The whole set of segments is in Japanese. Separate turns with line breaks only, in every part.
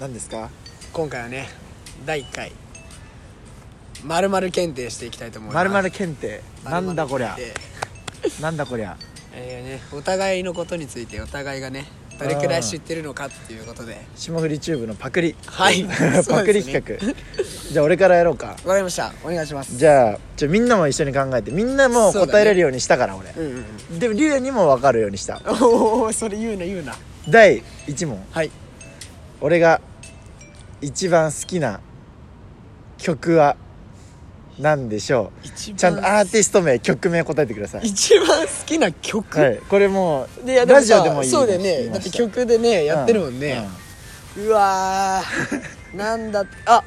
何ですか
今回はね第1回まる検定していきたいと思います
まるまる検定なんだこりゃ
〇〇検定
なんだこりゃ
えーね、お互いのことについてお互いがねどれくらい知ってるのかっていうことで
霜降りチューブのパク リ
はい
パクリ企画、じゃあ俺からやろうか
わかりましたお願いします
じゃあちょみんなも一緒に考えてみんなも
そうだね
答えれるようにしたから、
うんうんうん
俺でも龍にも分かるようにした
おおそれ言うな言うな
第1問
はい
俺が一番好きな曲は何でしょ
一
うちゃんとアーティスト名曲名答えてください
一番好きな曲、
はいこれもう
でいやでも
ラ
さ
ジオでもいい
そうだよ
聞
ね
き
だ
ま
っ
してた
曲でねやってるもん
う
ね
う、
うわーなんだあ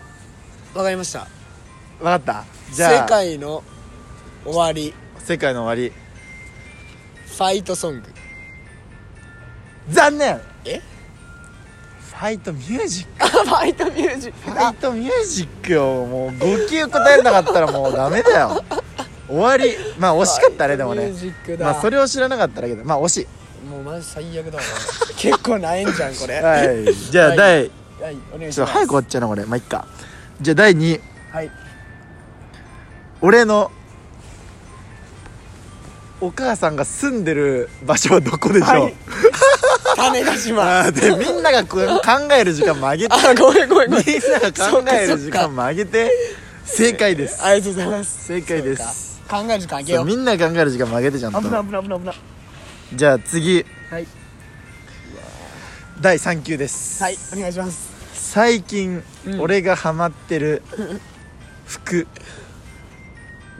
わかりました
分かったじゃあ
世界の終わり
世界の終わ
ファイトソング
り残念
え
ファイトミュージック
あ ファイトミュージッ
フ
ク
ァ
あ
イトミュージックをもう5級答えなかったらもうダメだよ終わりまあ惜しかったねでも
ミュ
ね
ージックだ、
まあそれを知らなかっただけどまあ惜しい
もうマジ最悪だわ結構なえんじゃん これは
はいじゃあ
はい
第
いお願いします
ちょっと早く終わっちゃうなこれまあいっかじゃあ第2
はい
俺のお母さんが住んでる場所はどこでしょう、
はい種子島
あーでみんながこう考える時間曲げて
あごめんごめんごめん
みんなが考える時間曲げて正解です
ありがとうございます
正解です
そうか考える時間あげ
そ
よ
う
う
みんなが考える時間曲げてちゃんと
危ない危ない危ない危ない
じゃあ次
はい
第3級です、
はいお願いします
最近、
うん
俺がハマってる服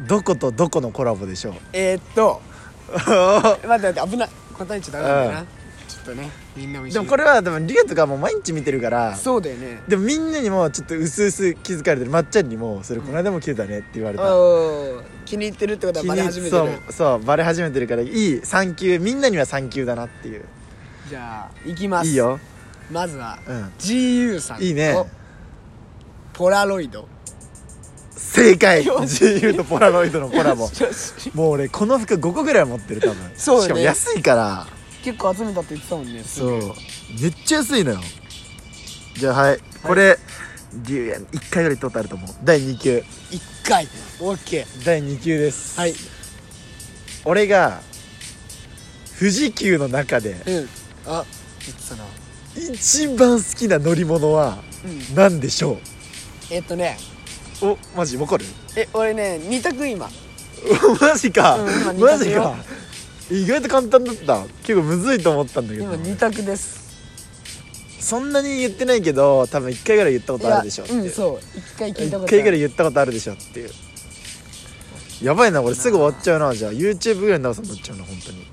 どことどこのコラボでしょう
えー、っ と待って待って危ない答えちゃダメなんだ
う
なちょっとねみんなも一
で
緒
も
に
これはでもリュウとかもう毎日見てるから
そうだよね
でもみんなにもちょっと薄々気づかれてるまっちゃんにもそれこの間も着てたねって言われた、
おー気に入ってるってことは
気
バレ
に
始めてる
そうそうバレ始めてるからいい3級みんなには3級だなっていう
じゃあ行きます
いいよ
まずは、
うん
GU さんと
いいね
ポラロイド
正解
よ
GU とポラロイドのコラボ
よしよし
もう俺この服5個ぐらい持ってる多分
そうね
しかも安いから
結構集めたって言ってたもんね
そうめっちゃ安いのよじゃあはい、これ竜や1回ぐらい取ったあると思う第2級
1回 OK
第2級です
はい
俺が富士急の中で
うんあ言ってたな
一番好きな乗り物は
うん
何でしょ
えっとね
うおマジわかる
え俺ね2択今
マジか、
うん
マ
今二択
ジ
よ
か意外と簡単だった結構むずいと思ったんだけど
今2択です
そんなに言ってないけど多分1回ぐらい言ったことあるでしょって
い
い
や
う
うんそう1回聞いた
一
ことあ
回ぐら
る
い言ったことあるでしょっていうやばいなこれすぐ終わっちゃうなじゃあ YouTube ぐらいの長さになっちゃうな本当に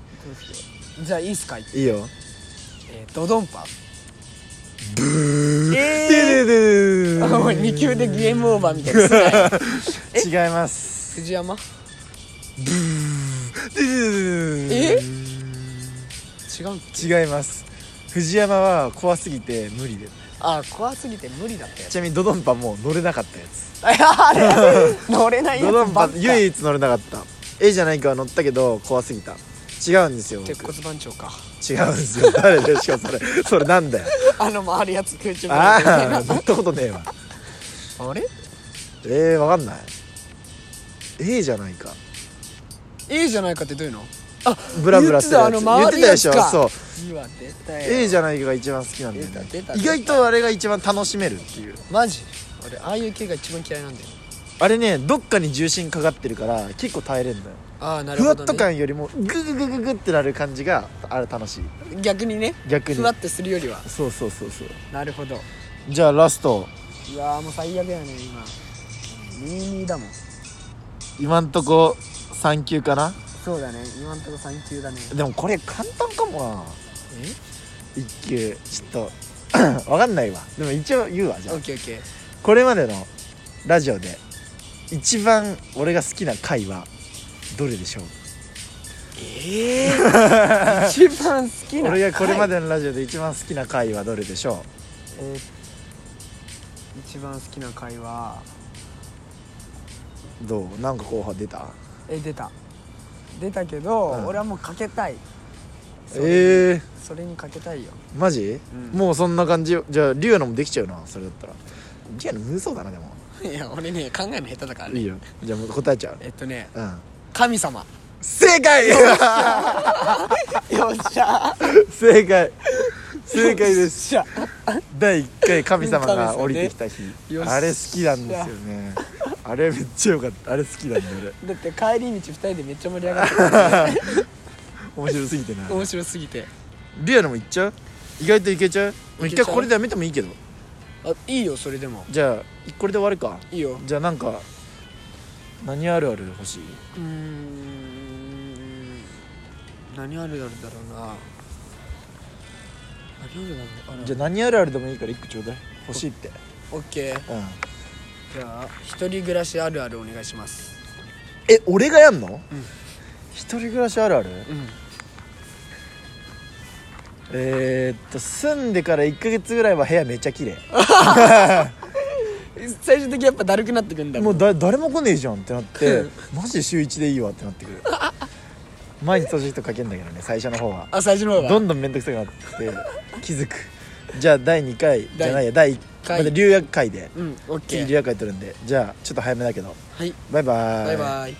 じゃあいいっすか、え
いいよ
ー、ドドンパ
ブー
えー
でででで
あもう2級でゲームオーバーみたい ですね
違います
藤山
ブーででででで
違うん
違います藤山は怖すぎて無理で
あ怖すぎて無理だったや
ちなみにドドンパも乗れなかったやつ
つあれ乗れないや
ド
つ
ドン
ば
パ
っか
唯一乗れなかった A じゃないかは乗ったけど怖すぎた違うんですよ僕
鉄骨番長か
違うんですよ誰でしかもそれそれなんだよ
あの回るやつ空中
あ
回るや
あ乗ったことねえわ
つあれ
えー、わかんない A じゃないか
A じゃないかってどういうの
ブラブラするやつ
言ってたあの
言っ
回
て
る
た
や
でし
つ
ょ
か
そう
うわ出たよ
A じゃないかが一番好きなんだよね
出た出
意
た
外とあれが一番楽しめるっていう
マジ俺ああいう系が一番嫌いなんだよ
あれねどっかに重心かかってるから結構耐えれるんだよ、
ああなる
ふわ
ほ
っ
ど、ね、
と感よりもグググググってなる感じがあれ楽しい
逆にね
逆に
ふわってするよりは
そうそうそうそう
なるほど
じゃあラスト
うわーもう最悪やね今22だもん
今んとこ3級かな
そうだね今んとこ3級だね
でもこれ簡単かもな1級ちょっと わかんないわでも一応言うわじ
え
ゃあ
オッケーオッケー
これまでのラジオで一番俺が好きな回はどれでしょう
ええ ー、一番好きな
俺がこれま
で、
でのラジオで一番好きな回はどれでしょ
えー一番好きな会話
うどうなんか候補出た
え出た出たけど、
うん
俺はもうかけたい
ええ
それにかけたいよ
ー、マジ、
うん
もうそんな感じよじゃあリュウナもできちゃうなそれだったらリュウナ無そうだなでも
いや俺ね考えの下手だからね
いいよじゃあもう答えちゃう
えっとね
うん
神様
正解
よっしゃ
正解 正解です
すよっしゃ
第1回神様
神
が
様ね
降りてきた日、
よっしゃ
あれ好きなんですよねあれめっちゃ良かったあれ好きなんだ俺
だって帰り道2人でめっちゃ盛り上がって
面白すぎてな
た 面白すぎて
リアルも行っちゃう意外といけちゃうもう一
いけ
回
ちゃう
これでやめてもいいけど
あいいよそれでも
じゃあこれで終わるか
いいよ
じゃあなんか何あるある欲しいう
ーん何あるあるだろうな何あるだろう
じゃあ
あ
何あるあるでもいいから1個ちょうだい欲しいって
オッケー
うん
じゃあ一人暮らしあるあるお願いします
え俺がやんの、
うん
一人暮らしあるある
うん
えー、っと住んでから1ヶ月ぐらいは部屋めっちゃ綺麗
最終的にやっぱだるくなってくんだ
も
も
うんだ誰も来ねえじゃんってなって
うん
マジで週1でいいわってなってくる毎日掃除機とかけんだけどね最初の方は
あ最初の方が
どんどん面倒くさくなって気づくじゃあ第2回じゃないや第1
回
回また留学会で
うんオッケ
次
ー
留学会取るんでじゃあちょっと早めだけど
はい
バイバー
バイバイ